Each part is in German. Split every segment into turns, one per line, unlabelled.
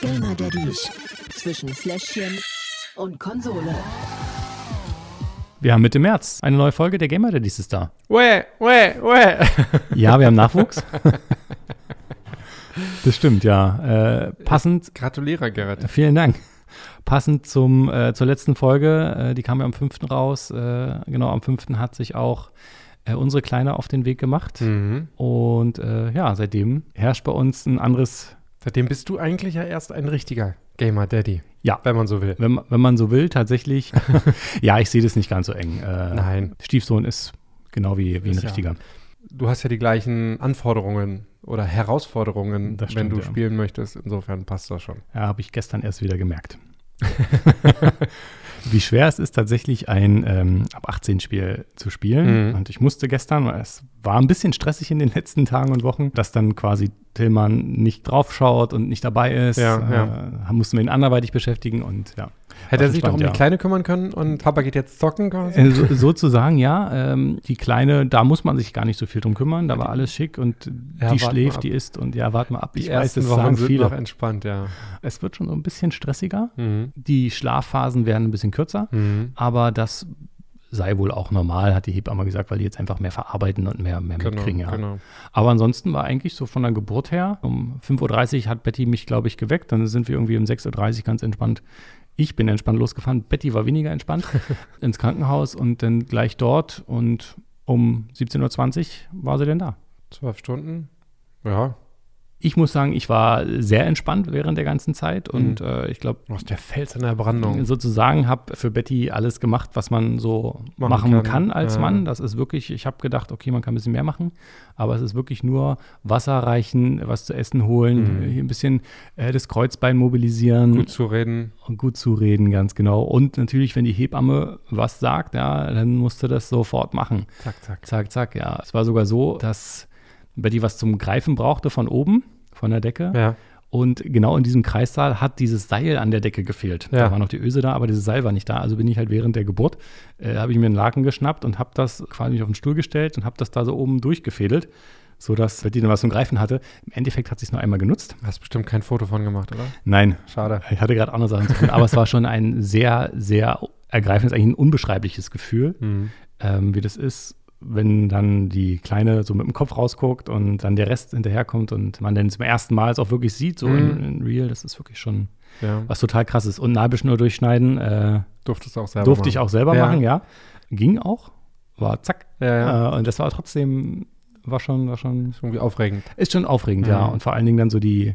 Gamer-Daddies zwischen Fläschchen und Konsole.
Wir haben Mitte März eine neue Folge der Gamer Daddies ist da.
Weh, weh, weh.
Ja, wir haben Nachwuchs. das stimmt, ja. Äh, passend,
Gratuliere, Gerrit.
vielen Dank. Passend zum, äh, zur letzten Folge, äh, die kam ja am 5. raus. Äh, genau, am 5. hat sich auch äh, unsere Kleine auf den Weg gemacht.
Mhm.
Und äh, ja, seitdem herrscht bei uns ein anderes,
Seitdem bist du eigentlich ja erst ein richtiger Gamer Daddy.
Ja.
Wenn man so will.
wenn, wenn man so will, tatsächlich. ja, ich sehe das nicht ganz so eng. Äh,
Nein.
Stiefsohn ist genau wie, wie ein
Ist ja-
richtiger.
Du hast ja die gleichen Anforderungen oder Herausforderungen,
Das
wenn
stimmt,
du
ja.
spielen möchtest. Insofern passt das schon.
Ja, habe ich gestern erst wieder gemerkt. Wie schwer es ist, tatsächlich ein ähm, ab 18 Spiel zu spielen.
Mhm.
Und ich musste gestern, weil es war ein bisschen stressig in den letzten Tagen und Wochen, dass dann quasi Tillmann nicht draufschaut und nicht dabei ist.
Ja,
äh, Mussten wir ihn anderweitig beschäftigen und ja.
Hätte er sich doch
entspannt,
um
ja.
die Kleine kümmern können und Papa geht jetzt zocken quasi?
Äh, So, sozusagen, ja. Ähm, die Kleine, da muss man sich gar nicht so viel drum kümmern. Da war alles schick und
Ja,
die
warten wir ab.
schläft, die isst und ja, warte mal ab.
Die
ich weiß,
ersten
das
Wochen
sagen
sind noch
viele.
entspannt, ja.
Es wird schon so ein bisschen stressiger.
Mhm.
Die Schlafphasen werden ein bisschen kürzer.
Mhm.
Aber das sei wohl auch normal, hat die Hebamme gesagt, weil die jetzt einfach mehr verarbeiten und mehr, mehr
Genau,
mitkriegen. Ja.
genau.
Aber ansonsten war eigentlich so von der Geburt her, um 5.30 Uhr hat Betty mich, glaube ich, geweckt. Dann sind wir irgendwie um 6.30 Uhr ganz entspannt. Ich bin entspannt losgefahren. Betty war weniger entspannt ins Krankenhaus und dann gleich dort. Und um 17.20 Uhr war sie denn da.
Zwölf Stunden? Ja.
Ich muss sagen, ich war sehr entspannt während der ganzen Zeit und
Mhm.
äh, ich glaube,
Aus der Fels in der
Mhm.
Brandung.
sozusagen habe für Betty alles gemacht, was man so
Machen
machen,
kann.
kann. als
Ja.
Mann. Das ist wirklich, ich habe gedacht, okay, man kann ein bisschen mehr machen, aber es ist wirklich nur Wasser reichen, was zu essen holen,
Mhm.
hier ein bisschen äh, das Kreuzbein mobilisieren
Gut zu reden.
und gut zureden, ganz genau. Und natürlich, wenn die Hebamme was sagt, ja, dann musst du das sofort machen.
Zack, zack.
Zack, zack, ja. Es war sogar so, dass Betty was zum Greifen brauchte von oben, von der Decke.
Ja.
Und genau in diesem Kreissaal hat dieses Seil an der Decke gefehlt.
Ja.
Da war noch die Öse da, aber dieses Seil war nicht da. Also bin ich halt während der Geburt, äh, habe ich mir einen Laken geschnappt und habe das quasi mich auf den Stuhl gestellt und habe das da so oben durchgefädelt, sodass Bettina was zum Greifen hatte. Im Endeffekt hat sie es nur einmal genutzt.
Hast bestimmt kein Foto von gemacht, oder?
Nein,
Schade.
ich hatte gerade andere Sachen zu tun, aber es war schon ein sehr, sehr ergreifendes, eigentlich ein unbeschreibliches Gefühl,
Mhm.
ähm, wie das ist, wenn dann die Kleine so mit dem Kopf rausguckt und dann der Rest hinterherkommt und man dann zum ersten Mal es auch wirklich sieht, so
Mhm.
in, in Real, das ist wirklich schon
Ja.
was total krass ist. Und Nabelschnur durchschneiden äh,
Durftest du auch selber
durfte ich
machen.
auch selber
Ja.
machen, ja. Ging auch, war zack.
Ja, ja.
Äh, und das war trotzdem, war schon, war schon,
Ist irgendwie aufregend.
ist schon aufregend, ja.
Mhm.
Und vor allen Dingen dann so die,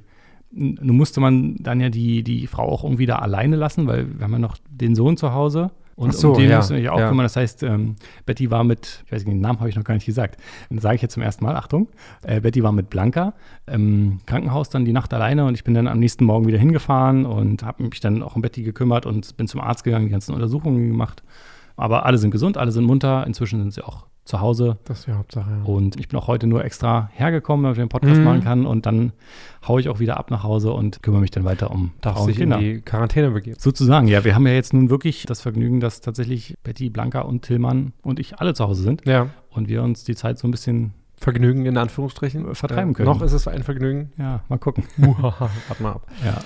n- nun musste man dann ja die, die Frau auch irgendwie da alleine lassen, weil wir haben ja noch den Sohn zu Hause. Und
Ach so,
um den
ja,
musste ich auch
ja.
kümmern. Das heißt, ähm, Betty war mit, ich weiß nicht, den Namen habe ich noch gar nicht gesagt. Dann sage ich jetzt zum ersten Mal, Achtung, äh, Betty war mit Blanca im Krankenhaus dann die Nacht alleine und ich bin dann am nächsten Morgen wieder hingefahren und habe mich dann auch um Betty gekümmert und bin zum Arzt gegangen, die ganzen Untersuchungen gemacht. Aber alle sind gesund, alle sind munter. Inzwischen sind sie auch zu Hause.
Das ist die Hauptsache, ja.
Und ich bin auch heute nur extra hergekommen, damit ich den Podcast
Mhm.
machen kann. Und dann haue ich auch wieder ab nach Hause und kümmere mich dann weiter um
Darfst dich in die Quarantäne begeben.
Sozusagen, ja. Wir haben ja jetzt nun wirklich das Vergnügen, dass tatsächlich Betty, Blanca und Tillmann und ich alle zu Hause sind
Ja.
und wir uns die Zeit so ein bisschen,
Vergnügen in Anführungsstrichen.
Äh, Vertreiben
ja.
können.
Noch ist es ein Vergnügen.
ja, mal gucken.
Warte mal ab.
Ja,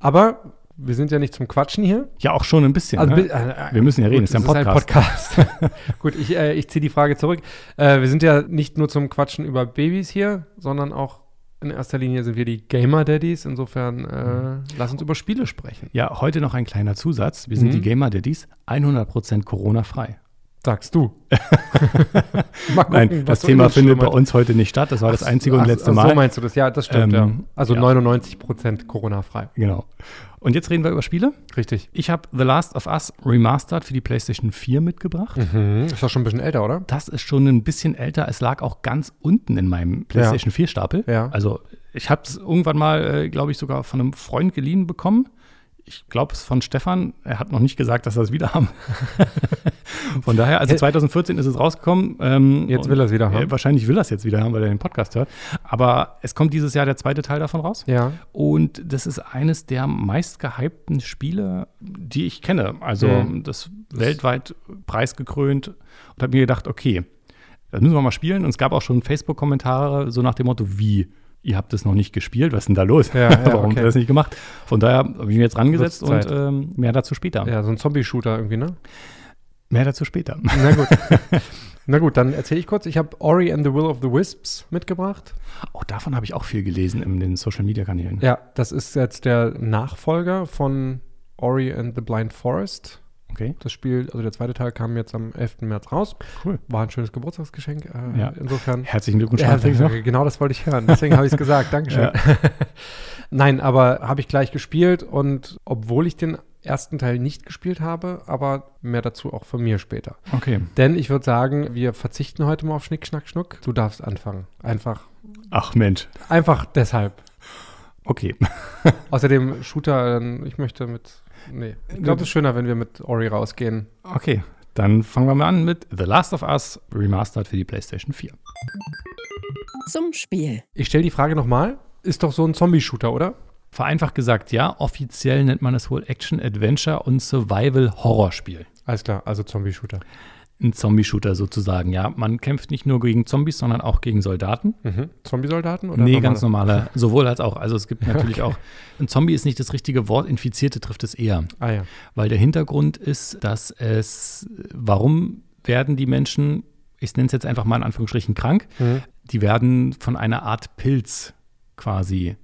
Aber wir sind ja nicht zum Quatschen hier.
ja auch schon ein bisschen.
Also, bi-
ne?
äh, äh,
Wir müssen ja reden,
gut,
ist ja ein
es
Podcast.
Podcast. gut, ich, äh, ich ziehe die Frage zurück. Äh, wir sind ja nicht nur zum Quatschen über Babys hier, sondern auch in erster Linie sind wir die Gamer-Daddies. Insofern
Mhm.
äh, lass uns über Spiele sprechen.
ja, heute noch ein kleiner Zusatz. Wir sind
Mhm.
die Gamer Daddies, 100% Corona-frei.
Sagst du. Mal gucken,
Nein, das
was so
Thema
in uns
findet bei
schlummert.
uns heute nicht statt. Das war das einzige und
Ach,
letzte
ach,
Mal.
So meinst du das, ja, das
Ähm,
stimmt, ja. Also
ja.
99 Prozent Corona-frei.
genau. Und jetzt reden wir über Spiele.
Richtig.
Ich habe The Last of Us Remastered für die PlayStation 4 mitgebracht.
Mhm. Ist doch schon ein bisschen älter, oder?
Das ist schon ein bisschen älter. Es lag auch ganz unten in meinem PlayStation 4 Stapel.
Ja.
Also ich habe es irgendwann mal, äh, glaube ich, sogar von einem Freund geliehen bekommen. Ich glaube es von Stefan. Er hat noch nicht gesagt, dass er es wieder haben. von daher, also
Hä?
2014 ist es rausgekommen. Ähm,
Äh. Jetzt
und,
will er es wieder haben.
Äh, wahrscheinlich will er es jetzt wieder haben, weil er den Podcast hört. Aber es kommt dieses Jahr der zweite Teil davon raus.
Ja.
Und das ist eines der meistgehypten Spiele, die ich kenne. Also
Mhm.
das weltweit preisgekrönt und habe mir gedacht, okay, das müssen wir mal spielen. Und es gab auch schon Facebook-Kommentare so nach dem Motto, wie? ihr habt es noch nicht gespielt, was ist denn da los?
Ja, ja,
Warum habt
okay.
ihr das nicht gemacht? Von daher habe ich mich jetzt rangesetzt und
Wird's Zeit.
ähm, mehr dazu später.
Ja, so ein Zombie-Shooter irgendwie, ne?
Mehr dazu später.
Na gut. Na gut, dann erzähle ich kurz. Ich habe Ori and the Will of the Wisps mitgebracht.
Auch davon habe ich auch viel gelesen in den Social Media Kanälen.
Ja, das ist jetzt der Nachfolger von Ori and the Blind Forest.
Okay.
Das Spiel, also der zweite Teil kam jetzt am 11. März raus.
Cool.
War ein schönes Geburtstagsgeschenk. Äh,
Ja.
Insofern.
Herzlichen Glückwunsch.
Ja,
nachträglich noch.
danke, genau das wollte ich hören. Deswegen habe ich es gesagt. Dankeschön.
ne? Ja.
Nein, aber habe ich gleich gespielt und obwohl ich den ersten Teil nicht gespielt habe, aber mehr dazu auch von mir später.
Okay.
Denn ich würde sagen, wir verzichten heute mal auf Schnick, Schnack, Schnuck. Du darfst anfangen. Einfach.
Ach Mensch.
Einfach deshalb.
Okay.
Außerdem Shooter, ähm, ich möchte mit. Nee. Ich glaube, es ist schöner, wenn wir mit Ori rausgehen.
Okay. Dann fangen wir mal an mit The Last of Us Remastered für die PlayStation 4.
Zum Spiel.
Ich stelle die Frage nochmal. Ist doch so ein Zombie-Shooter, oder?
Vereinfacht gesagt, ja, offiziell nennt man es wohl Action, Adventure und Survival Horrorspiel.
Alles klar, also Zombie-Shooter.
Ein Zombie-Shooter sozusagen, ja. Man kämpft nicht nur gegen Zombies, sondern auch gegen Soldaten.
Mhm. Zombie-Soldaten? Oder
Nee,
normale?
ganz normale. Sowohl als auch. Also es gibt natürlich auch. Ein Zombie ist nicht das richtige Wort, Infizierte trifft es eher.
Ah ja.
Weil der Hintergrund ist, dass es, warum werden die Menschen, ich nenne es jetzt einfach mal in Anführungsstrichen krank,
Mhm.
die werden von einer Art Pilz quasi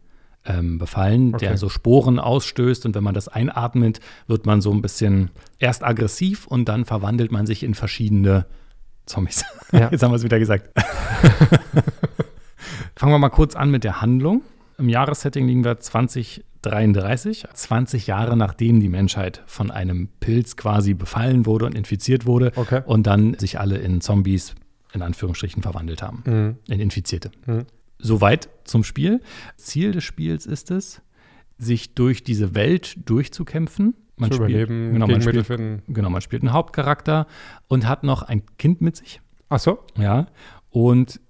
ähm, befallen,
Okay.
der so Sporen ausstößt und wenn man das einatmet, wird man so ein bisschen erst aggressiv und dann verwandelt man sich in verschiedene Zombies.
Ja.
Jetzt haben wir es wieder gesagt. Fangen wir mal kurz an mit der Handlung. Im Jahressetting liegen wir 2033, 20 Jahre nachdem die Menschheit von einem Pilz quasi befallen wurde und infiziert wurde
Okay.
und dann sich alle in Zombies in Anführungsstrichen verwandelt haben,
Mhm.
in Infizierte.
Mhm.
Soweit zum Spiel. Ziel des Spiels ist es, sich durch diese Welt durchzukämpfen. Man
Zu
spielt-
überleben,
genau, man
Gegenmittel
spielt,
finden.
genau, man spielt einen Hauptcharakter und hat noch ein Kind mit sich.
Ach so?
Ja. Und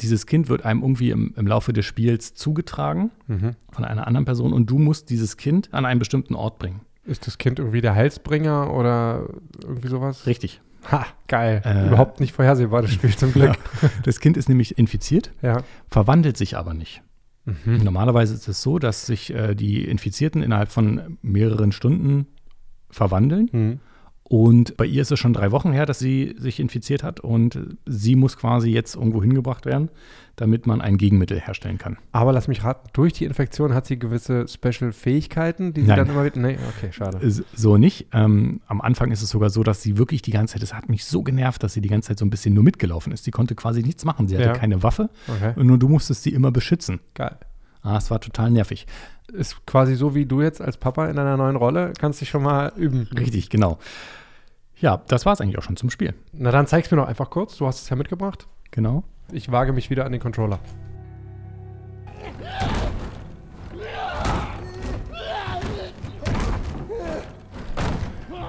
dieses Kind wird einem irgendwie im, im Laufe des Spiels zugetragen
Mhm.
von einer anderen Person und du musst dieses Kind an einen bestimmten Ort bringen.
Ist das Kind irgendwie der Heilsbringer oder irgendwie sowas?
Richtig.
Ha, geil.
Äh.
Überhaupt nicht vorhersehbar, das Spiel zum Glück.
Das Kind ist nämlich infiziert,
Ja.
verwandelt sich aber nicht.
Mhm.
Normalerweise ist es so, dass sich äh, die Infizierten innerhalb von mehreren Stunden verwandeln.
Mhm.
Und bei ihr ist es schon drei Wochen her, dass sie sich infiziert hat und sie muss quasi jetzt irgendwo hingebracht werden, damit man ein Gegenmittel herstellen kann.
Aber lass mich raten, durch die Infektion hat sie gewisse Special-Fähigkeiten, die sie
Nein. Äh.
dann immer wieder. Nee, okay, schade.
S- So nicht. Ähm, am Anfang ist es sogar so, dass sie wirklich die ganze Zeit, das hat mich so genervt, dass sie die ganze Zeit so ein bisschen nur mitgelaufen ist. Sie konnte quasi nichts machen. Sie hatte
Ja.
keine Waffe
Okay.
und nur du musstest sie immer beschützen.
Geil.
Ah, es war total nervig.
Ist quasi so wie du jetzt als Papa in deiner neuen Rolle, kannst dich schon mal üben.
Richtig, genau. Ja, das war es eigentlich auch schon zum Spiel.
Na dann zeig's mir doch einfach kurz, du hast es ja mitgebracht.
Genau.
Ich wage mich wieder an den Controller.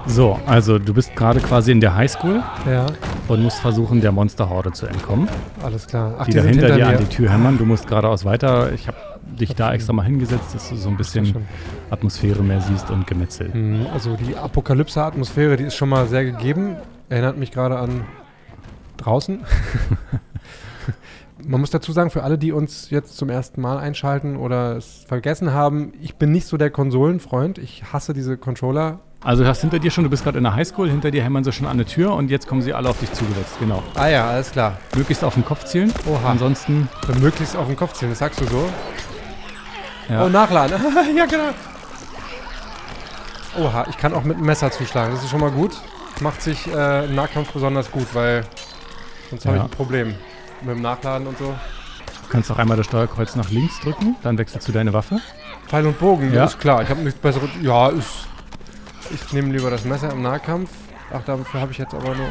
So, also du bist gerade quasi in der Highschool
Ja,
und musst versuchen, der Monsterhorde zu entkommen,
alles klar. Ach,
die, da
sind
hinter dir an die
mir.
Tür hämmern. Du musst geradeaus weiter. Ich habe dich da extra mal hingesetzt, dass du so ein bisschen
schon.
Atmosphäre mehr siehst und Gemetzel.
Hm, Also die Apokalypse-Atmosphäre, die ist schon mal sehr gegeben. Erinnert mich gerade an draußen. Man muss dazu sagen, für alle, die uns jetzt zum ersten Mal einschalten oder es vergessen haben, ich bin nicht so der Konsolenfreund. Ich hasse diese Controller.
Also du hast hinter dir schon, du bist gerade in der Highschool, hinter dir hämmern sie schon an eine Tür und jetzt kommen sie alle auf dich zugesetzt, genau.
Ah ja, alles klar.
Möglichst auf den Kopf zielen.
Oha.
Ansonsten,
Dann Äh, möglichst auf den Kopf ziehen, das sagst du so.
Ja.
Oh, nachladen. ja, genau. Oha, ich kann auch mit dem Messer zuschlagen. Das ist schon mal gut. Macht sich äh, im Nahkampf besonders gut, weil sonst habe
Ja.
ich ein Problem mit dem Nachladen und so.
du kannst auch einmal das Steuerkreuz nach links drücken, dann wechselst du deine Waffe.
Pfeil und Bogen,
Ja.
ist klar. Ich habe nichts besseres. Ja, ist. Ich nehme lieber das Messer im Nahkampf. Ach, dafür habe ich jetzt aber nur.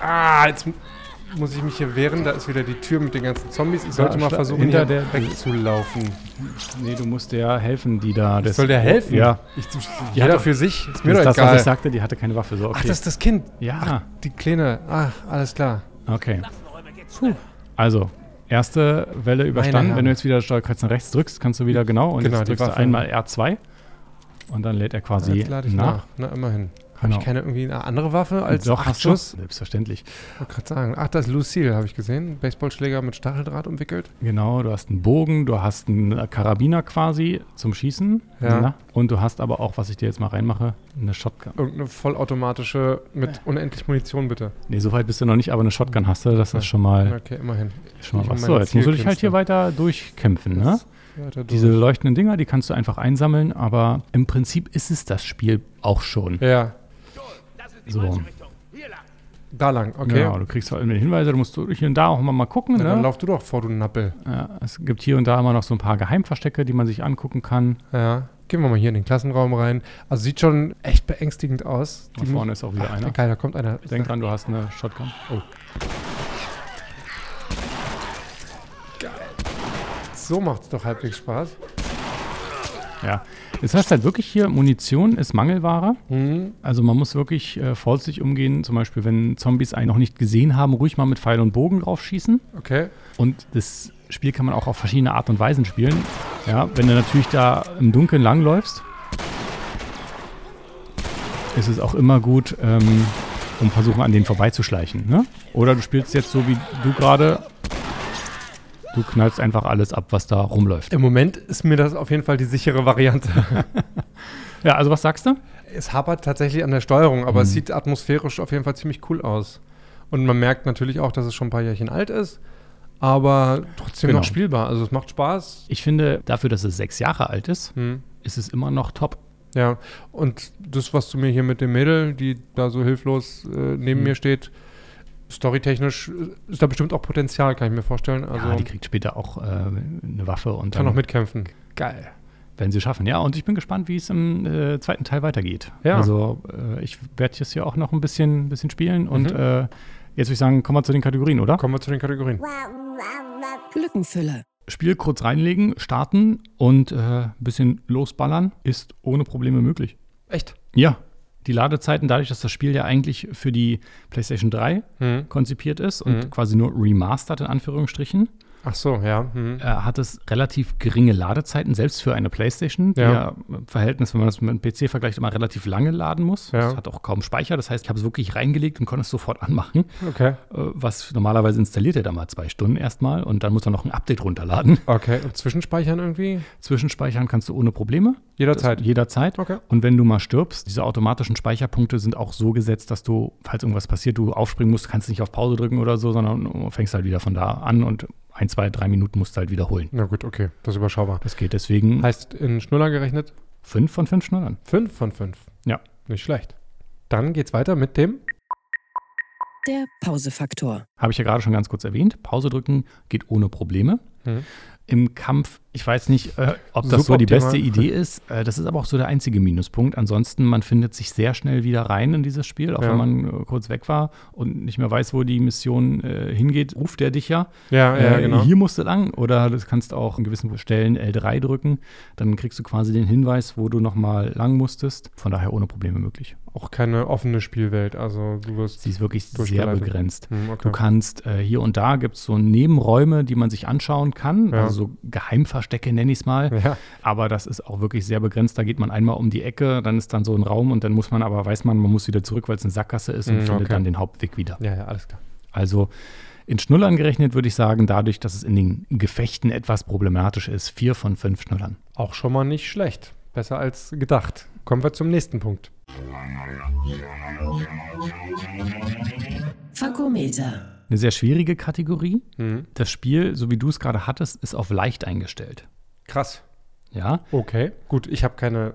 Ah, jetzt m- muss ich mich hier wehren. Da ist wieder die Tür mit den ganzen Zombies. Ich sollte mal
sta-
versuchen,
hinter
hier
der-
wegzulaufen.
Nee, du musst der helfen, die da...
Ich soll der helfen?
Ja.
Ich, jeder
doch-
für sich. Ist mir
Das ist
doch
das, was
egal.
ich sagte, die hatte keine Waffe. So, okay.
Ach, das ist das Kind.
ja,
Die Kleine. Ach, alles klar.
okay. Also, erste Welle überstanden.
Herren.
Wenn du jetzt wieder das Steuerkreuz nach rechts drückst, kannst du wieder genau und
Genau,
jetzt
die
drückst du
Waffe.
einmal R2 und dann lädt er quasi
Jetzt lade ich
nach.
nach. Na, immerhin. Habe
Genau.
ich keine irgendwie eine andere Waffe als
Doch,
acht
hast du?
Schuss?
Selbstverständlich.
Ich wollte gerade sagen. Ach, das ist Lucille, habe ich gesehen. Baseballschläger mit Stacheldraht umwickelt.
Genau, du hast einen Bogen, du hast einen Karabiner quasi zum Schießen. ne?
Ja.
Und du hast aber auch, was ich dir jetzt mal reinmache, eine Shotgun.
Irgendeine vollautomatische mit unendlich Munition, bitte.
Nee, so weit bist du noch nicht, aber eine Shotgun hast du, dass das
Ja.
schon mal,
Okay, immerhin.
schon mal
ich
was.
um
So,
meine
jetzt musst du dich halt hier
Zielkünste.
weiter durchkämpfen, ne?
Das- ja, da
Diese
durch.
leuchtenden Dinger, die kannst du einfach einsammeln, aber im Prinzip ist es das Spiel auch schon.
Ja,
So,
da lang, okay.
genau, du kriegst halt immer Hinweise, du musst durch hier und da auch immer mal gucken.
Na, dann
Ne?
lauf du doch vor, du Nappel.
Ja, es gibt hier und da immer noch so ein paar Geheimverstecke, die man sich angucken kann.
Ja. Gehen wir mal hier in den Klassenraum rein. Also sieht schon echt beängstigend aus.
Da vorne ne? ist auch wieder einer.
Geil, da kommt einer.
Denk dran, du hast eine Shotgun. Oh.
So macht's doch halbwegs Spaß.
Ja. Das heißt halt wirklich hier, Munition ist Mangelware.
Hm.
Also man muss wirklich äh, vorsichtig umgehen. Zum Beispiel, wenn Zombies einen noch nicht gesehen haben, ruhig mal mit Pfeil und Bogen draufschießen.
Okay.
Und das Spiel kann man auch auf verschiedene Art und Weisen spielen. Ja, wenn du natürlich da im Dunkeln langläufst, ist es auch immer gut, ähm, um versuchen, an denen vorbeizuschleichen. Ne? Oder du spielst jetzt so wie du gerade. Du knallst einfach alles ab, was da rumläuft.
Im Moment ist mir das auf jeden Fall die sichere Variante.
Ja, also was sagst du?
es hapert tatsächlich an der Steuerung, aber es
Mhm.
sieht atmosphärisch auf jeden Fall ziemlich cool aus. Und man merkt natürlich auch, dass es schon ein paar Jährchen alt ist, aber trotzdem
Genau.
noch spielbar. Also es macht Spaß.
Ich finde, dafür, dass es sechs Jahre alt ist,
Hm.
ist es immer noch top.
Ja, und das, was du mir hier mit dem Mädel, die da so hilflos äh, neben
Mhm.
mir steht, storytechnisch äh, ist da bestimmt auch Potenzial, kann ich mir vorstellen. Also
ja, die kriegt später auch äh, eine Waffe und
kann
dann
auch mitkämpfen.
Geil. Wenn sie schaffen, ja. Und ich bin gespannt, wie es im äh, zweiten Teil weitergeht.
Ja.
Also äh, ich werde jetzt hier auch noch ein bisschen, bisschen spielen und
Mhm.
äh, jetzt würde ich sagen, kommen wir zu den Kategorien, oder?
Kommen wir zu den Kategorien.
Lückenfüller.
Spiel kurz reinlegen, starten und äh, ein bisschen losballern ist ohne Probleme möglich.
Echt?
Ja. Die Ladezeiten, dadurch, dass das Spiel ja eigentlich für die PlayStation 3
Hm.
konzipiert ist und
Mhm.
quasi nur remastered in Anführungsstrichen,
Ach so, ja. Hm.
äh, hat es relativ geringe Ladezeiten, selbst für eine Playstation, die
Ja.
ja, im Verhältnis, wenn man das mit einem PC vergleicht, immer relativ lange laden muss.
Ja.
Das hat auch kaum Speicher. Das heißt, ich habe es wirklich reingelegt und konnte es sofort anmachen.
Okay.
Äh, was normalerweise installiert er da mal zwei Stunden erstmal und dann muss er noch ein Update runterladen.
Okay. Und zwischenspeichern irgendwie?
Zwischenspeichern kannst du ohne Probleme.
Jederzeit.
Das- Jederzeit.
Okay.
Und wenn du mal stirbst, diese automatischen Speicherpunkte sind auch so gesetzt, dass du, falls irgendwas passiert, du aufspringen musst, kannst nicht auf Pause drücken oder so, sondern fängst halt wieder von da an und ein, zwei, drei Minuten musst du halt wiederholen.
Na gut, okay. Das ist überschaubar.
Das geht deswegen
Heißt in Schnuller gerechnet
Fünf von fünf Schnullern.
5 von 5.
Ja.
Nicht schlecht. Dann geht's weiter mit dem.
Der Pausefaktor.
Habe ich ja gerade schon ganz kurz erwähnt. Pause drücken geht ohne Probleme.
Mhm.
Im Kampf, ich weiß nicht, äh, ob das so die
Suboptimal.
beste Idee ist. Äh, das ist aber auch so der einzige Minuspunkt. Ansonsten, man findet sich sehr schnell wieder rein in dieses Spiel, auch
Ja.
wenn man äh, kurz weg war und nicht mehr weiß, wo die Mission äh, hingeht, ruft er dich ja.
Ah, Ja, genau.
äh, Hier musst du lang. Oder du kannst auch an gewissen Stellen L3 drücken. Dann kriegst du quasi den Hinweis, wo du nochmal lang musstest. Von daher ohne Probleme möglich.
Auch keine offene Spielwelt. Also du wirst.
Sie ist wirklich sehr
Durchgeleitet.
begrenzt.
Hm,
Du
okay.
kannst äh, hier und da gibt es so Nebenräume, die man sich anschauen kann,
Ja.
also so Geheimverstecke nenne ich es mal.
Ja.
Aber das ist auch wirklich sehr begrenzt. Da geht man einmal um die Ecke, dann ist dann so ein Raum und dann muss man aber, weiß man, man muss wieder zurück, weil es eine Sackgasse ist und
Mm,
findet
okay.
dann den Hauptweg wieder.
ja, ja, alles klar.
Also in Schnullern gerechnet würde ich sagen, dadurch, dass es in den Gefechten etwas problematisch ist, vier von fünf Schnullern.
Auch schon mal nicht schlecht. Besser als gedacht. Kommen wir zum nächsten Punkt.
Fakometer.
Eine sehr schwierige Kategorie.
Hm.
Das Spiel, so wie du es gerade hattest, ist auf leicht eingestellt.
Krass.
Ja,
Okay. Gut, ich habe keine.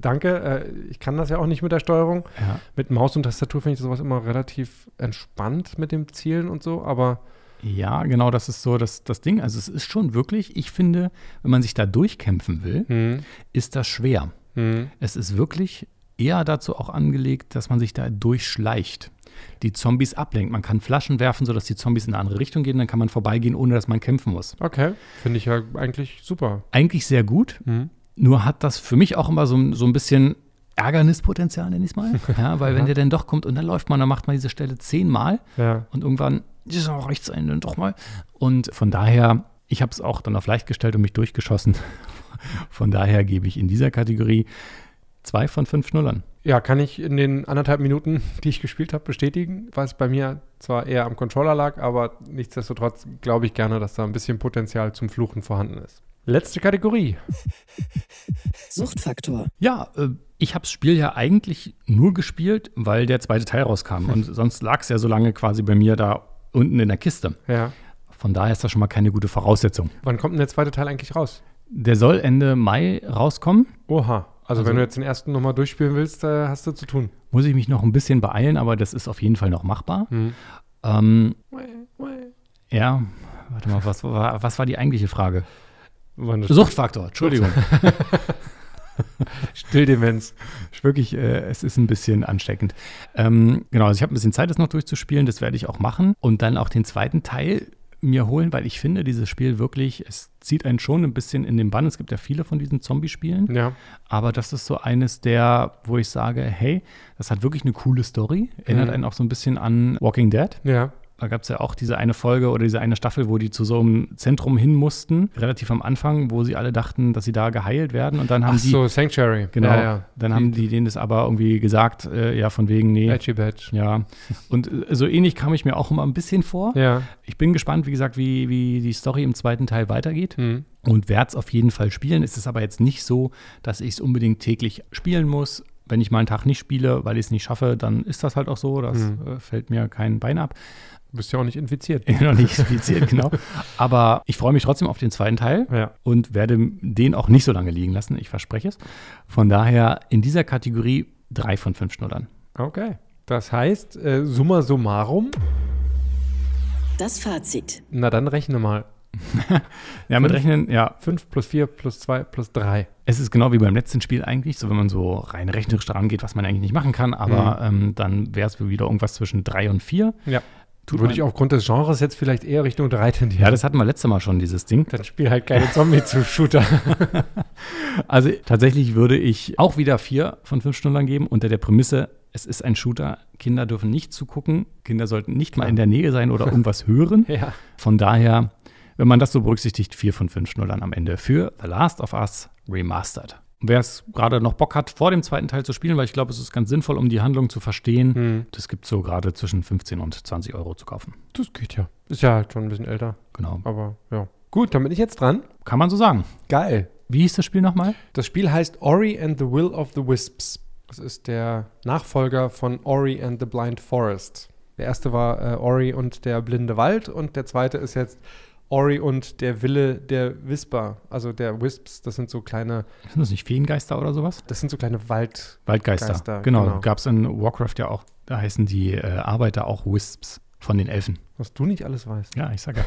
Danke. Äh, ich kann das ja auch nicht mit der Steuerung.
Ja.
Mit Maus und Tastatur finde ich sowas immer relativ entspannt mit dem Zielen und so. Aber
Ja, genau, das ist so das, das Ding. Also es ist schon wirklich, ich finde, wenn man sich da durchkämpfen will,
hm,
ist das schwer.
hm,
Es ist wirklich eher dazu auch angelegt, dass man sich da durchschleicht. Die Zombies ablenkt. Man kann Flaschen werfen, sodass die Zombies in eine andere Richtung gehen, dann kann man vorbeigehen, ohne dass man kämpfen muss.
okay. Finde ich ja eigentlich super.
Eigentlich sehr gut,
Hm.
nur hat das für mich auch immer so, ein- so ein bisschen Ärgernispotenzial, nenn ich es mal. Ja, weil wenn der dann doch kommt und dann läuft man, dann macht man diese Stelle zehnmal
Ja.
Und irgendwann, das ist auch rechts ein, dann doch mal. Und von daher, ich habe es auch dann auf leicht gestellt und mich durchgeschossen. Von daher gebe ich in dieser Kategorie Zwei von fünf Nullern.
Ja, kann ich in den anderthalb Minuten, die ich gespielt habe, bestätigen, was bei mir zwar eher am Controller lag, aber nichtsdestotrotz glaube ich gerne, dass da ein bisschen Potenzial zum Fluchen vorhanden ist. Letzte Kategorie.
Suchtfaktor.
Ja, äh, ich habe das Spiel ja eigentlich nur gespielt, weil der zweite Teil rauskam. Und sonst lag es ja so lange quasi bei mir da unten in der Kiste.
Ja.
Von daher ist das schon mal keine gute Voraussetzung.
Wann kommt denn der zweite Teil eigentlich raus?
Der soll Ende Mai rauskommen.
Oha. Also,
Also-
wenn du jetzt den ersten nochmal durchspielen willst, äh, hast du zu tun.
Muss ich mich noch ein bisschen beeilen, aber das ist auf jeden Fall noch machbar. Ähm, ja, warte mal, was war, was war die eigentliche Frage?
Wann das-
Suchtfaktor, Entschuldigung.
Stilldemenz.
Ist Wirklich, äh, es ist ein bisschen ansteckend. Ähm, genau, also ich habe ein bisschen Zeit, das noch durchzuspielen. Das werde ich auch machen. Und dann auch den zweiten Teil mir holen, weil ich finde, dieses Spiel wirklich, es zieht einen schon ein bisschen in den Bann. Es gibt ja viele von diesen Zombie-Spielen.
Ja.
Aber das ist so eines der, wo ich sage, hey, das hat wirklich eine coole Story. Erinnert
Mhm.
einen auch so ein bisschen an Walking Dead.
Ja.
Da gab es ja auch diese eine Folge oder diese eine Staffel, wo die zu so einem Zentrum hin mussten, relativ am Anfang, wo sie alle dachten, dass sie da geheilt werden. Und dann haben
Ach
die,
so, Sanctuary.
genau,
Ja, ja.
dann haben die denen das aber irgendwie gesagt, äh, ja, von wegen, nee.
Edgy Badge.
Ja, und äh, so ähnlich kam ich mir auch immer ein bisschen vor.
Ja.
Ich bin gespannt, wie gesagt, wie, wie die Story im zweiten Teil weitergeht
Hm.
und werde es auf jeden Fall spielen. Es ist aber jetzt nicht so, dass ich es unbedingt täglich spielen muss. Wenn ich mal einen Tag nicht spiele, weil ich es nicht schaffe, dann ist das halt auch so. Das
Mhm.
äh, fällt mir kein Bein ab.
Du bist ja auch nicht infiziert.
noch nicht infiziert, genau. Aber ich freue mich trotzdem auf den zweiten Teil
Ja.
und werde den auch nicht so lange liegen lassen, ich verspreche es. Von daher in dieser Kategorie drei von fünf Schnullern.
Okay. Das heißt, äh, summa summarum,
Das Fazit.
na dann rechne mal.
Ja, mit Rechnen, ja,
5 plus 4 plus 2 plus 3.
Es ist genau wie beim letzten Spiel eigentlich, so wenn man so rein rechnerisch daran geht, was man eigentlich nicht machen kann, aber ähm, dann wäre es wieder irgendwas zwischen drei und vier.
Ja.
Tut
Würde
man-
ich aufgrund des Genres jetzt vielleicht eher Richtung 3 tendieren.
Ja, das hatten wir letztes Mal schon, dieses Ding.
dann spiel halt keine Zombie zu Shooter.
Also tatsächlich würde ich auch wieder vier von fünf Stunden lang geben, unter der Prämisse, es ist ein Shooter, Kinder dürfen nicht zugucken, Kinder sollten nicht mal in der Nähe sein oder irgendwas hören.
ja.
Von daher, wenn man das so berücksichtigt, vier von fünf Schnullern am Ende für The Last of Us Remastered. Und Wer es gerade noch Bock hat, vor dem zweiten Teil zu spielen, weil ich glaube, es ist ganz sinnvoll, um die Handlung zu verstehen.
Hm.
Das gibt so gerade zwischen 15 und 20 Euro zu kaufen.
Das geht ja. Ist ja halt schon ein bisschen älter,
Genau.
aber ja. Gut, dann bin ich jetzt dran.
Kann man so sagen.
Geil.
Wie hieß das Spiel nochmal?
Das Spiel heißt Ori and the Will of the Wisps. Das ist der Nachfolger von Ori and the Blind Forest. Der erste war äh, Ori und der blinde Wald und der zweite ist jetzt Ori und der Wille der Wisper, also der Wisps. Das sind so kleine,
Sind das nicht Feengeister oder sowas?
das sind so kleine Wald.
Waldgeister.
Geister,
genau.
genau.
Gab es in Warcraft ja auch. Da heißen die äh, Arbeiter auch Wisps von den Elfen.
Was du nicht alles weißt.
Ja, ich sag ja.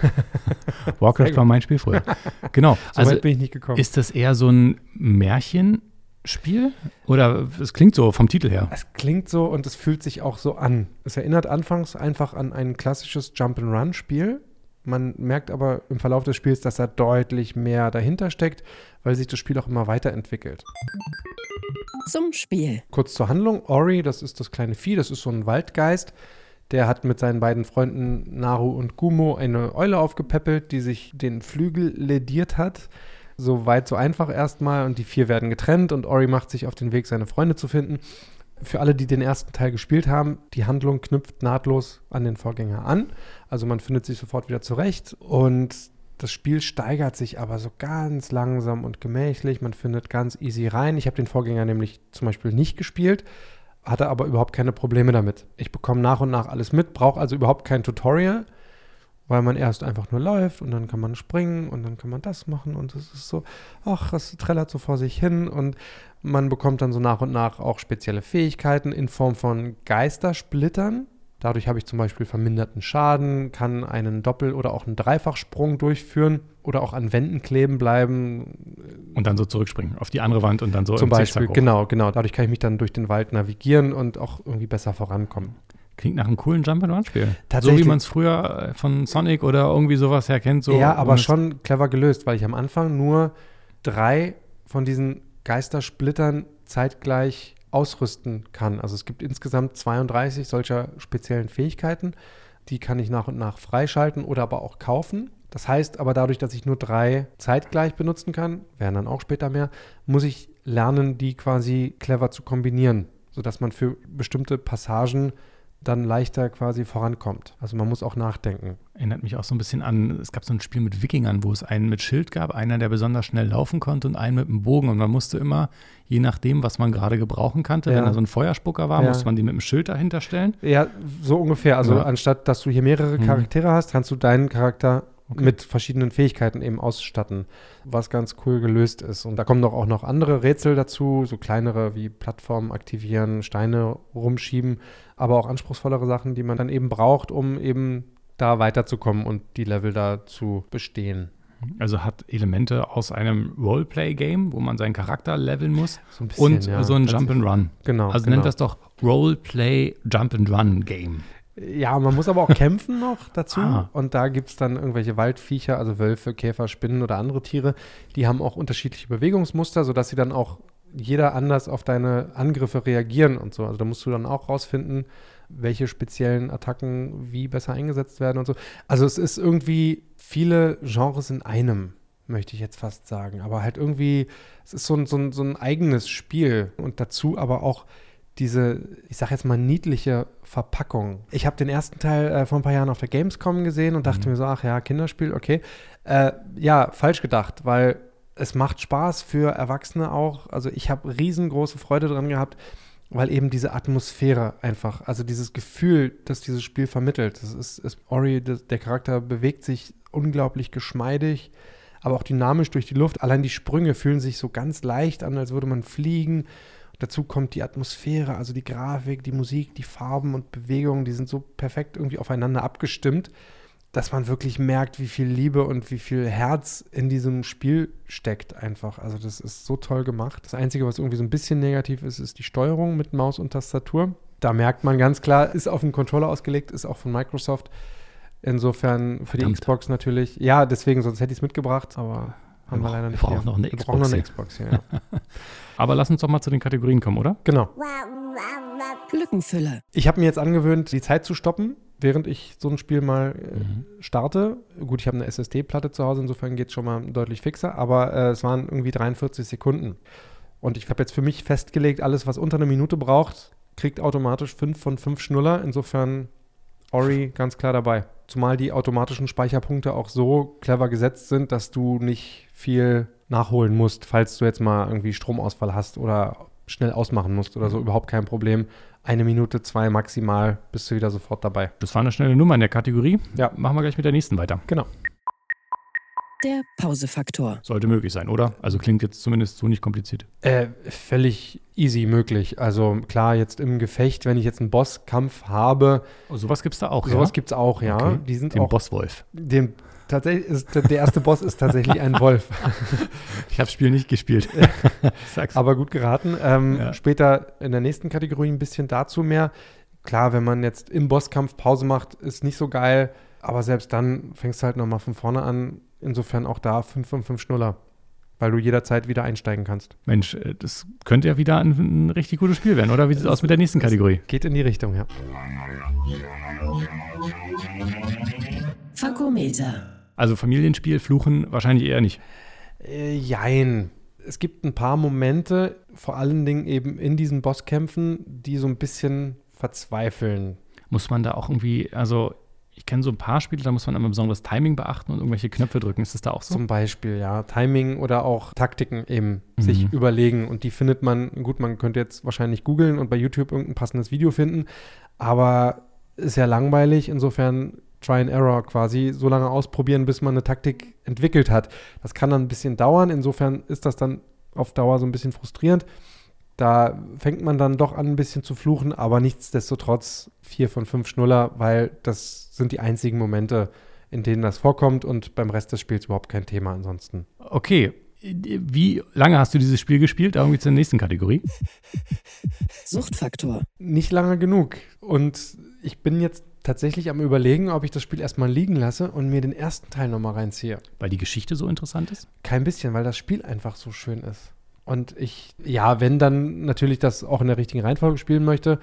Sehr
Warcraft
gut.
war mein Spiel früher. Genau.
So weit bin ich nicht gekommen.
Ist das eher so ein Märchenspiel? Oder es klingt so vom Titel her.
Es klingt so und es fühlt sich auch so an. Es erinnert anfangs einfach an ein klassisches Jump-and-Run-Spiel. Man merkt aber im Verlauf des Spiels, dass da deutlich mehr dahinter steckt, weil sich das Spiel auch immer weiterentwickelt.
Zum Spiel.
Kurz zur Handlung. Ori, das ist das kleine Vieh, das ist so ein Waldgeist. Der hat mit seinen beiden Freunden Naru und Gumo eine Eule aufgepäppelt, die sich den Flügel lediert hat. So weit, so einfach erstmal. Und die vier werden getrennt und Ori macht sich auf den Weg, seine Freunde zu finden. Für alle, die den ersten Teil gespielt haben, die Handlung knüpft nahtlos an den Vorgänger an. Also man findet sich sofort wieder zurecht und das Spiel steigert sich aber so ganz langsam und gemächlich. Man findet ganz easy rein. Ich habe den Vorgänger nämlich zum Beispiel nicht gespielt, hatte aber überhaupt keine Probleme damit. Ich bekomme nach und nach alles mit, brauche also überhaupt kein Tutorial, weil man erst einfach nur läuft und dann kann man springen und dann kann man das machen und es ist so, ach, es trällert so vor sich hin und man bekommt dann so nach und nach auch spezielle Fähigkeiten in Form von Geistersplittern. Dadurch habe ich zum Beispiel verminderten Schaden, kann einen Doppel- oder auch einen Dreifachsprung durchführen oder auch an Wänden kleben bleiben,
Und dann so zurückspringen auf die andere Wand und dann so
zum
im
Beispiel,
Zickzack hoch.
genau, genau. Dadurch kann ich mich dann durch den Wald navigieren und auch irgendwie besser vorankommen.
Klingt nach einem coolen Jump-and-Run-Spiel. So
Tatsächlich.
wie man es früher äh, von Sonic oder irgendwie sowas her kennt. So,
ja,
wo
aber
man-
schon clever gelöst, weil ich am Anfang nur drei von diesen Geistersplittern zeitgleich ausrüsten kann. Also es gibt insgesamt 32 solcher speziellen Fähigkeiten. Die kann ich nach und nach freischalten oder aber auch kaufen. Das heißt aber dadurch, dass ich nur drei zeitgleich benutzen kann, werden dann auch später mehr, muss ich lernen, die quasi clever zu kombinieren, sodass man für bestimmte Passagen dann leichter quasi vorankommt. Also man muss auch nachdenken.
Erinnert mich auch so ein bisschen an, es gab so ein Spiel mit Wikingern, wo es einen mit Schild gab, einer, der besonders schnell laufen konnte und einen mit dem Bogen. Und man musste immer, je nachdem, was man gerade gebrauchen kannte,
Ja.
wenn da so ein Feuerspucker war,
Ja.
musste man den mit dem Schild dahinter stellen.
Ja, so ungefähr. Also
Ja.
anstatt, dass du hier mehrere
Mhm.
Charaktere hast, kannst du deinen Charakter mit verschiedenen Fähigkeiten eben ausstatten, was ganz cool gelöst ist. Und da kommen doch auch noch andere Rätsel dazu, so kleinere wie Plattformen aktivieren, Steine rumschieben, aber auch anspruchsvollere Sachen, die man dann eben braucht, um eben da weiterzukommen und die Level da zu bestehen.
Also hat Elemente aus einem Roleplay-Game, wo man seinen Charakter leveln muss.
So ein bisschen,
Und
ja,
so ein
tatsächlich.
Jump'n'Run.
Genau.
Also
genau.
nennt das doch Roleplay Jump'n'Run Game.
Ja, man muss aber auch kämpfen noch dazu.
Ah.
Und da gibt es dann irgendwelche Waldviecher, also Wölfe, Käfer, Spinnen oder andere Tiere. Die haben auch unterschiedliche Bewegungsmuster, sodass sie dann auch jeder anders auf deine Angriffe reagieren und so. Also da musst du dann auch rausfinden, welche speziellen Attacken wie besser eingesetzt werden und so. Also es ist irgendwie viele Genres in einem, möchte ich jetzt fast sagen. Aber halt irgendwie, es ist so ein, so ein, so ein eigenes Spiel und dazu aber auch diese, ich sag jetzt mal, niedliche Verpackung. Ich habe den ersten Teil äh, vor ein paar Jahren auf der Gamescom gesehen und dachte mir so, ach ja, Kinderspiel, okay. Äh, ja, falsch gedacht, weil es macht Spaß für Erwachsene auch. Also ich habe riesengroße Freude dran gehabt, weil eben diese Atmosphäre einfach, also dieses Gefühl, das dieses Spiel vermittelt. Das ist, ist Ori, das, der Charakter bewegt sich unglaublich geschmeidig, aber auch dynamisch durch die Luft. Allein die Sprünge fühlen sich so ganz leicht an, als würde man fliegen. Dazu kommt die Atmosphäre, also die Grafik, die Musik, die Farben und Bewegungen, die sind so perfekt irgendwie aufeinander abgestimmt, dass man wirklich merkt, wie viel Liebe und wie viel Herz in diesem Spiel steckt einfach. Also das ist so toll gemacht. Das Einzige, was irgendwie so ein bisschen negativ ist, ist die Steuerung mit Maus und Tastatur. Da merkt man ganz klar, ist auf den Controller ausgelegt, ist auch von Microsoft. Insofern für die
Verdammt.
Xbox natürlich. Ja, deswegen, sonst hätte ich es mitgebracht, aber haben wir,
brauchen-
leider
wir
nicht.
brauchen
hier.
noch eine
wir brauchen noch eine Xbox hier, ja.
Aber lass uns doch mal zu den Kategorien kommen, oder?
Genau.
Lückenfüller,
Ich habe mir jetzt angewöhnt, die Zeit zu stoppen, während ich so ein Spiel mal äh, starte. Gut, ich habe eine SSD-Platte zu Hause, insofern geht es schon mal deutlich fixer, aber äh, es waren irgendwie 43 Sekunden. Und ich habe jetzt für mich festgelegt, alles, was unter eine Minute braucht, kriegt automatisch 5 von 5 Schnuller. Insofern Ori ganz klar dabei. Zumal die automatischen Speicherpunkte auch so clever gesetzt sind, dass du nicht viel nachholen musst, falls du jetzt mal irgendwie Stromausfall hast oder schnell ausmachen musst oder so.
Mhm.
Überhaupt kein Problem. Eine Minute, zwei maximal, bist du wieder sofort dabei.
Das war eine schnelle Nummer in der Kategorie.
Ja.
Machen wir gleich mit der nächsten weiter.
Genau.
der Pausefaktor,
Sollte möglich sein, oder? Also klingt jetzt zumindest so nicht kompliziert.
Äh, völlig easy möglich. Also klar, jetzt im Gefecht, wenn ich jetzt einen Bosskampf habe,
Oh, sowas gibt es da auch.
sowas
ja?
gibt's auch, ja.
Okay.
Die sind
Den
auch
Bosswolf.
dem tatsächlich ist der erste Boss ist tatsächlich ein Wolf.
Ich habe das Spiel nicht gespielt. Sag's.
Aber gut geraten. Ähm,
Ja.
Später in der nächsten Kategorie ein bisschen dazu mehr. Klar, wenn man jetzt im Bosskampf Pause macht, ist nicht so geil. Aber selbst dann fängst du halt nochmal von vorne an. Insofern auch da 5 von 5 Schnuller. Weil du jederzeit wieder einsteigen kannst.
Mensch, äh, das könnte ja wieder ein, ein richtig gutes Spiel werden, oder? Wie sieht's aus mit der nächsten Kategorie?
Geht in die Richtung, ja.
Fakometer,
Also Familienspiel, Fluchen wahrscheinlich eher nicht.
Äh, jein. Es gibt ein paar Momente, vor allen Dingen eben in diesen Bosskämpfen, die so ein bisschen verzweifeln.
Muss man da auch irgendwie, also ich kenne so ein paar Spiele, da muss man immer besonderes Timing beachten und irgendwelche Knöpfe drücken. Ist das da auch so?
Zum Beispiel, ja. Timing oder auch Taktiken eben sich überlegen. Und die findet man, gut, man könnte jetzt wahrscheinlich googeln und bei YouTube irgendein passendes Video finden, aber ist ja langweilig. Insofern Try and Error quasi so lange ausprobieren, bis man eine Taktik entwickelt hat. Das kann dann ein bisschen dauern. Insofern ist das dann auf Dauer so ein bisschen frustrierend. Da fängt man dann doch an, ein bisschen zu fluchen, aber nichtsdestotrotz vier von fünf Schnuller, weil das sind die einzigen Momente, in denen das vorkommt und beim Rest des Spiels überhaupt kein Thema ansonsten.
Okay. Wie lange hast du dieses Spiel gespielt? Darum geht's in der nächsten Kategorie.
Suchtfaktor,
Nicht lange genug. Und ich bin jetzt tatsächlich am Überlegen, ob ich das Spiel erstmal liegen lasse und mir den ersten Teil nochmal reinziehe.
Weil die Geschichte so interessant ist?
Kein bisschen, weil das Spiel einfach so schön ist. Und ich, ja, wenn dann natürlich das auch in der richtigen Reihenfolge spielen möchte,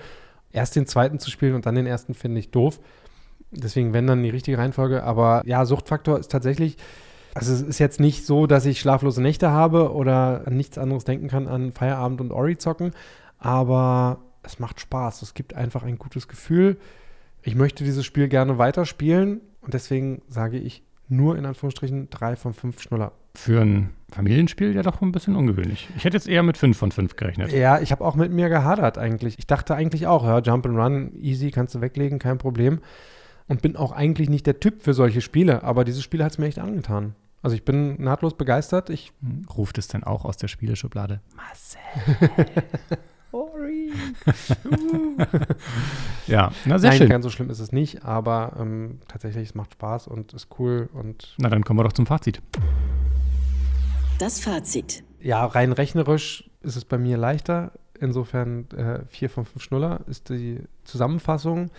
erst den zweiten zu spielen und dann den ersten finde ich doof. Deswegen, wenn dann die richtige Reihenfolge. Aber ja, Suchtfaktor ist tatsächlich. Also es ist jetzt nicht so, dass ich schlaflose Nächte habe oder an nichts anderes denken kann an Feierabend und Ori zocken, aber es macht Spaß. Es gibt einfach ein gutes Gefühl. Ich möchte dieses Spiel gerne weiterspielen und deswegen sage ich nur in Anführungsstrichen drei von fünf Schnuller.
Für ein Familienspiel ja doch ein bisschen ungewöhnlich. Ich hätte jetzt eher mit 5 von 5 gerechnet.
Ja, ich habe auch mit mir gehadert eigentlich. Ich dachte eigentlich auch, ja, Jump and Run, easy, kannst du weglegen, kein Problem. Und bin auch eigentlich nicht der Typ für solche Spiele, aber dieses Spiel hat es mir echt angetan. Also ich bin nahtlos begeistert. Ich
Hm, Ruft es dann auch aus der Spieleschublade. Marcel.
Ori.
Ja, na sehr
Nein,
schön.
ganz so schlimm ist es nicht, aber ähm, tatsächlich, es macht Spaß und ist cool und
Na, dann kommen wir doch zum Fazit.
Das Fazit.
ja, rein rechnerisch ist es bei mir leichter. Insofern äh, 4 von 5 Schnuller ist die Zusammenfassung.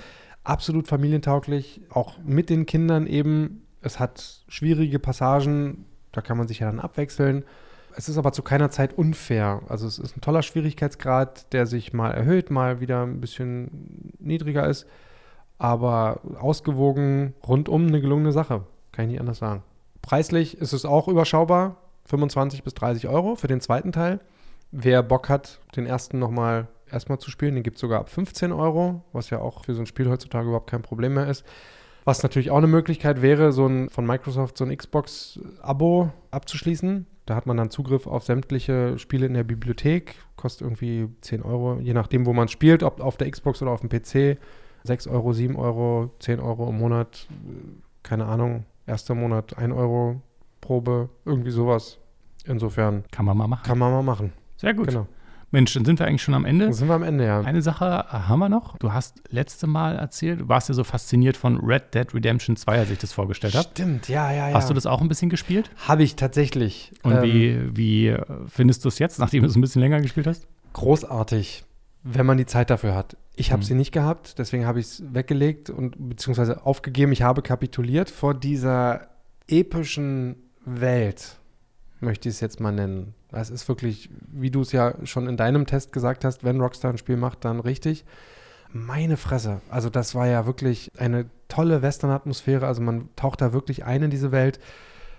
Absolut familientauglich, auch mit den Kindern eben. Es hat schwierige Passagen, da kann man sich ja dann abwechseln. Es ist aber zu keiner Zeit unfair. Also es ist ein toller Schwierigkeitsgrad, der sich mal erhöht, mal wieder ein bisschen niedriger ist. Aber ausgewogen, rundum eine gelungene Sache. Kann ich nicht anders sagen. Preislich ist es auch überschaubar. 25 bis 30 Euro für den zweiten Teil. Wer Bock hat, den ersten nochmal erstmal zu spielen, den gibt es sogar ab 15 Euro, was ja auch für so ein Spiel heutzutage überhaupt kein Problem mehr ist. Was natürlich auch eine Möglichkeit wäre, so ein von Microsoft so ein Xbox-Abo abzuschließen. Da hat man dann Zugriff auf sämtliche Spiele in der Bibliothek, kostet irgendwie 10 Euro, je nachdem, wo man spielt, ob auf der Xbox oder auf dem PC. 6 Euro, 7 Euro, 10 Euro im Monat, äh, keine Ahnung, erster Monat 1 Euro, Probe, irgendwie sowas. Insofern
Kann man mal machen.
kann man mal machen.
Sehr gut.
Genau.
Mensch, dann sind wir eigentlich schon am Ende.
Dann sind wir am Ende, ja.
Eine Sache haben wir noch. Du hast letzte Mal erzählt, du warst ja so fasziniert von Red Dead Redemption 2, als ich das vorgestellt habe.
Stimmt, ja, ja, ja.
Hast du das auch ein bisschen gespielt?
Habe ich tatsächlich.
Und
Ähm,
wie, wie findest du es jetzt, nachdem du es ein bisschen länger gespielt hast?
Großartig, wenn man die Zeit dafür hat. Ich habe
Mhm.
sie nicht gehabt, deswegen habe ich es weggelegt und beziehungsweise aufgegeben. Ich habe kapituliert vor dieser epischen Welt, möchte ich es jetzt mal nennen. Es ist wirklich, wie du es ja schon in deinem Test gesagt hast, wenn Rockstar ein Spiel macht, dann richtig. Meine Fresse. Also das war ja wirklich eine tolle Western-Atmosphäre. Also man taucht da wirklich ein in diese Welt.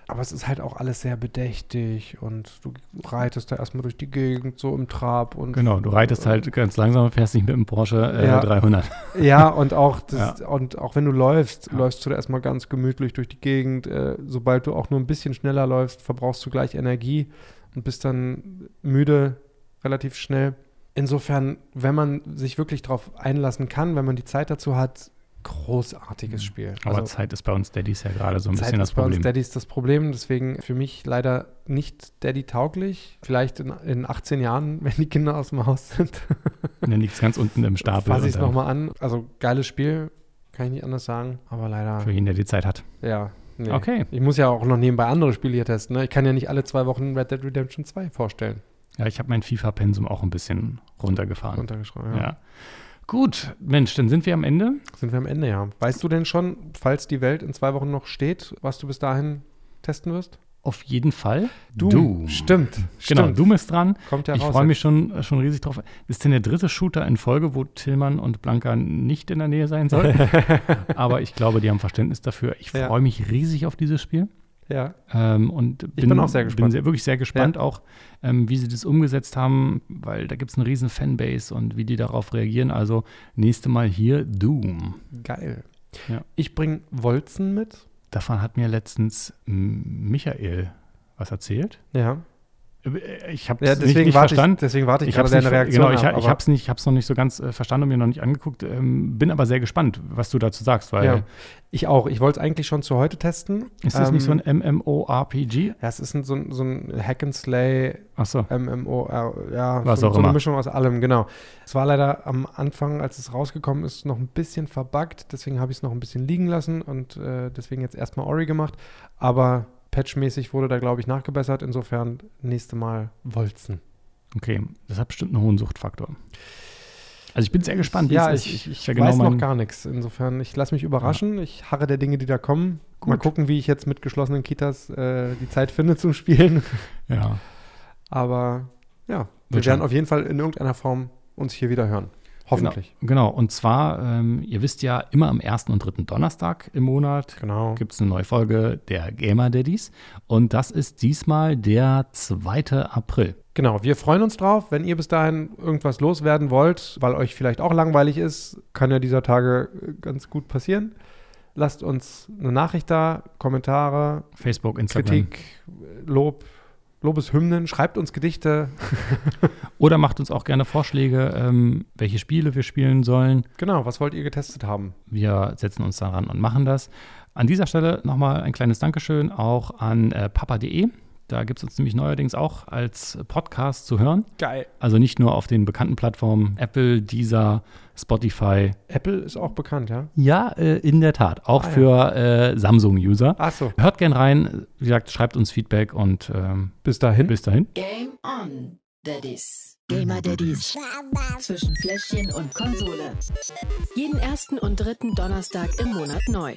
Aber es ist halt auch alles sehr bedächtig und du reitest da erstmal durch die Gegend so im Trab und
Genau, du reitest halt ganz langsam, fährst nicht mit dem Porsche äh,
Ja.
300.
ja, und auch, das, und auch wenn du läufst, läufst du da erstmal ganz gemütlich durch die Gegend. Äh, sobald du auch nur ein bisschen schneller läufst, verbrauchst du gleich Energie und bist dann müde relativ schnell. Insofern, wenn man sich wirklich darauf einlassen kann, wenn man die Zeit dazu hat, großartiges Spiel.
Mhm. Aber
Also,
Zeit ist bei uns Daddies ja gerade so ein
Zeit
bisschen das
ist bei uns
Problem.
Daddys das Problem, deswegen für mich leider nicht Daddy-tauglich. Vielleicht in, in 18 Jahren, wenn die Kinder aus dem Haus sind.
Und dann liegt es ganz unten im Stapel.
Fasse
und
ich es
dann
nochmal an. Also geiles Spiel, kann ich nicht anders sagen, aber leider.
Für jeden, der die Zeit hat.
Ja. nee.
Okay.
Ich muss ja auch noch nebenbei andere Spiele hier testen. Ne? Ich kann ja nicht alle zwei Wochen Red Dead Redemption 2 vorstellen.
Ja, ich habe mein FIFA-Pensum auch ein bisschen runtergefahren.
Untergeschrieben.
ja.
Ja.
Gut, Mensch, dann sind wir am Ende.
Sind wir am Ende, ja. Weißt du denn schon, falls die Welt in zwei Wochen noch steht, was du bis dahin testen wirst?
Auf jeden Fall.
Stimmt.
Genau,
stimmt.
Doom ist dran.
Kommt ja
ich
raus
freue
jetzt.
mich schon, schon riesig drauf. Ist denn der dritte Shooter in Folge, wo Tillmann und Blanca nicht in der Nähe sein sollten? Aber ich glaube, die haben Verständnis dafür. Ich
Ja.
freue mich riesig auf dieses Spiel.
Ja.
Ähm, und
Ich bin auch sehr gespannt.
Bin sehr, wirklich sehr gespannt auch, ähm, wie sie das umgesetzt haben, weil da gibt es eine riesen Fanbase und wie die darauf reagieren. Also nächste Mal hier Doom.
Geil.
Ja.
Ich bringe Wolzen mit.
Davon hat mir letztens m, Michael was erzählt.
Ja.
Äh, Ich habe
ja
es nicht,
deswegen
nicht
warte
verstanden.
ich, deswegen warte ich,
Ich habe
gerade
es nicht,
deine
ver-
Reaktion.
genau, ich,
ab,
ha- ich
aber-
hab's nicht, ich hab's noch nicht so ganz äh, verstanden und mir noch nicht angeguckt. Ähm, bin aber sehr gespannt, was du dazu sagst, weil
ja. ich auch. Ich wollte es eigentlich schon zu heute testen.
ist das nicht so
Ähm,
ein MMORPG?
Ja, es ist ein, so, ein, so ein Hack and Slay
Ach so,
MMO, äh, ja,
Was
so,
auch
so eine
immer.
Mischung aus allem, genau. Es war leider am Anfang, als es rausgekommen ist, noch ein bisschen verbuggt, deswegen habe ich es noch ein bisschen liegen lassen und äh, deswegen jetzt erstmal Ori gemacht. Aber patchmäßig wurde da, glaube ich, nachgebessert. Insofern nächste Mal Wolzen.
okay. Das hat bestimmt einen hohen Suchtfaktor. Also ich bin sehr gespannt. wie
ja,
es ist.
ich, ich
ja genau
weiß
mein-
noch gar nichts. Insofern, ich lasse mich überraschen. Ich harre der Dinge, die da kommen. Mal
Gut.
gucken, wie ich jetzt mit geschlossenen Kitas äh, die Zeit finde zum Spielen.
Ja,
Aber ja, wir
Wird
werden
schon.
auf jeden Fall in irgendeiner Form uns hier wieder hören. Hoffentlich.
Genau, und zwar, ähm, ihr wisst ja, immer am ersten und dritten Donnerstag im Monat
Genau.
gibt es eine neue Folge der Gamer Daddies. Und das ist diesmal der 2. April.
Genau, wir freuen uns drauf. Wenn ihr bis dahin irgendwas loswerden wollt, weil euch vielleicht auch langweilig ist, kann ja dieser Tage äh, ganz gut passieren. Lasst uns eine Nachricht da, Kommentare,
Facebook, Instagram.
Kritik, Lob, Lobeshymnen, schreibt uns Gedichte.
Oder macht uns auch gerne Vorschläge, ähm, welche Spiele wir spielen sollen.
Genau, was wollt ihr getestet haben?
Wir setzen uns daran und machen das. An dieser Stelle nochmal ein kleines Dankeschön auch an äh, papa.de. Da gibt es uns nämlich neuerdings auch als Podcast zu hören.
Geil.
Also nicht nur auf den bekannten Plattformen Apple, Deezer, Spotify.
Apple ist auch bekannt, ja?
Ja, äh, in der Tat. Auch
Ah, ja.
für äh, Samsung-User.
Ach so.
Hört gern rein. Wie gesagt, schreibt uns Feedback und ähm,
Bis dahin.
bis dahin.
Game on, Daddies. Gamer Daddies. Zwischen Fläschchen und Konsole. Jeden ersten und dritten Donnerstag im Monat neu.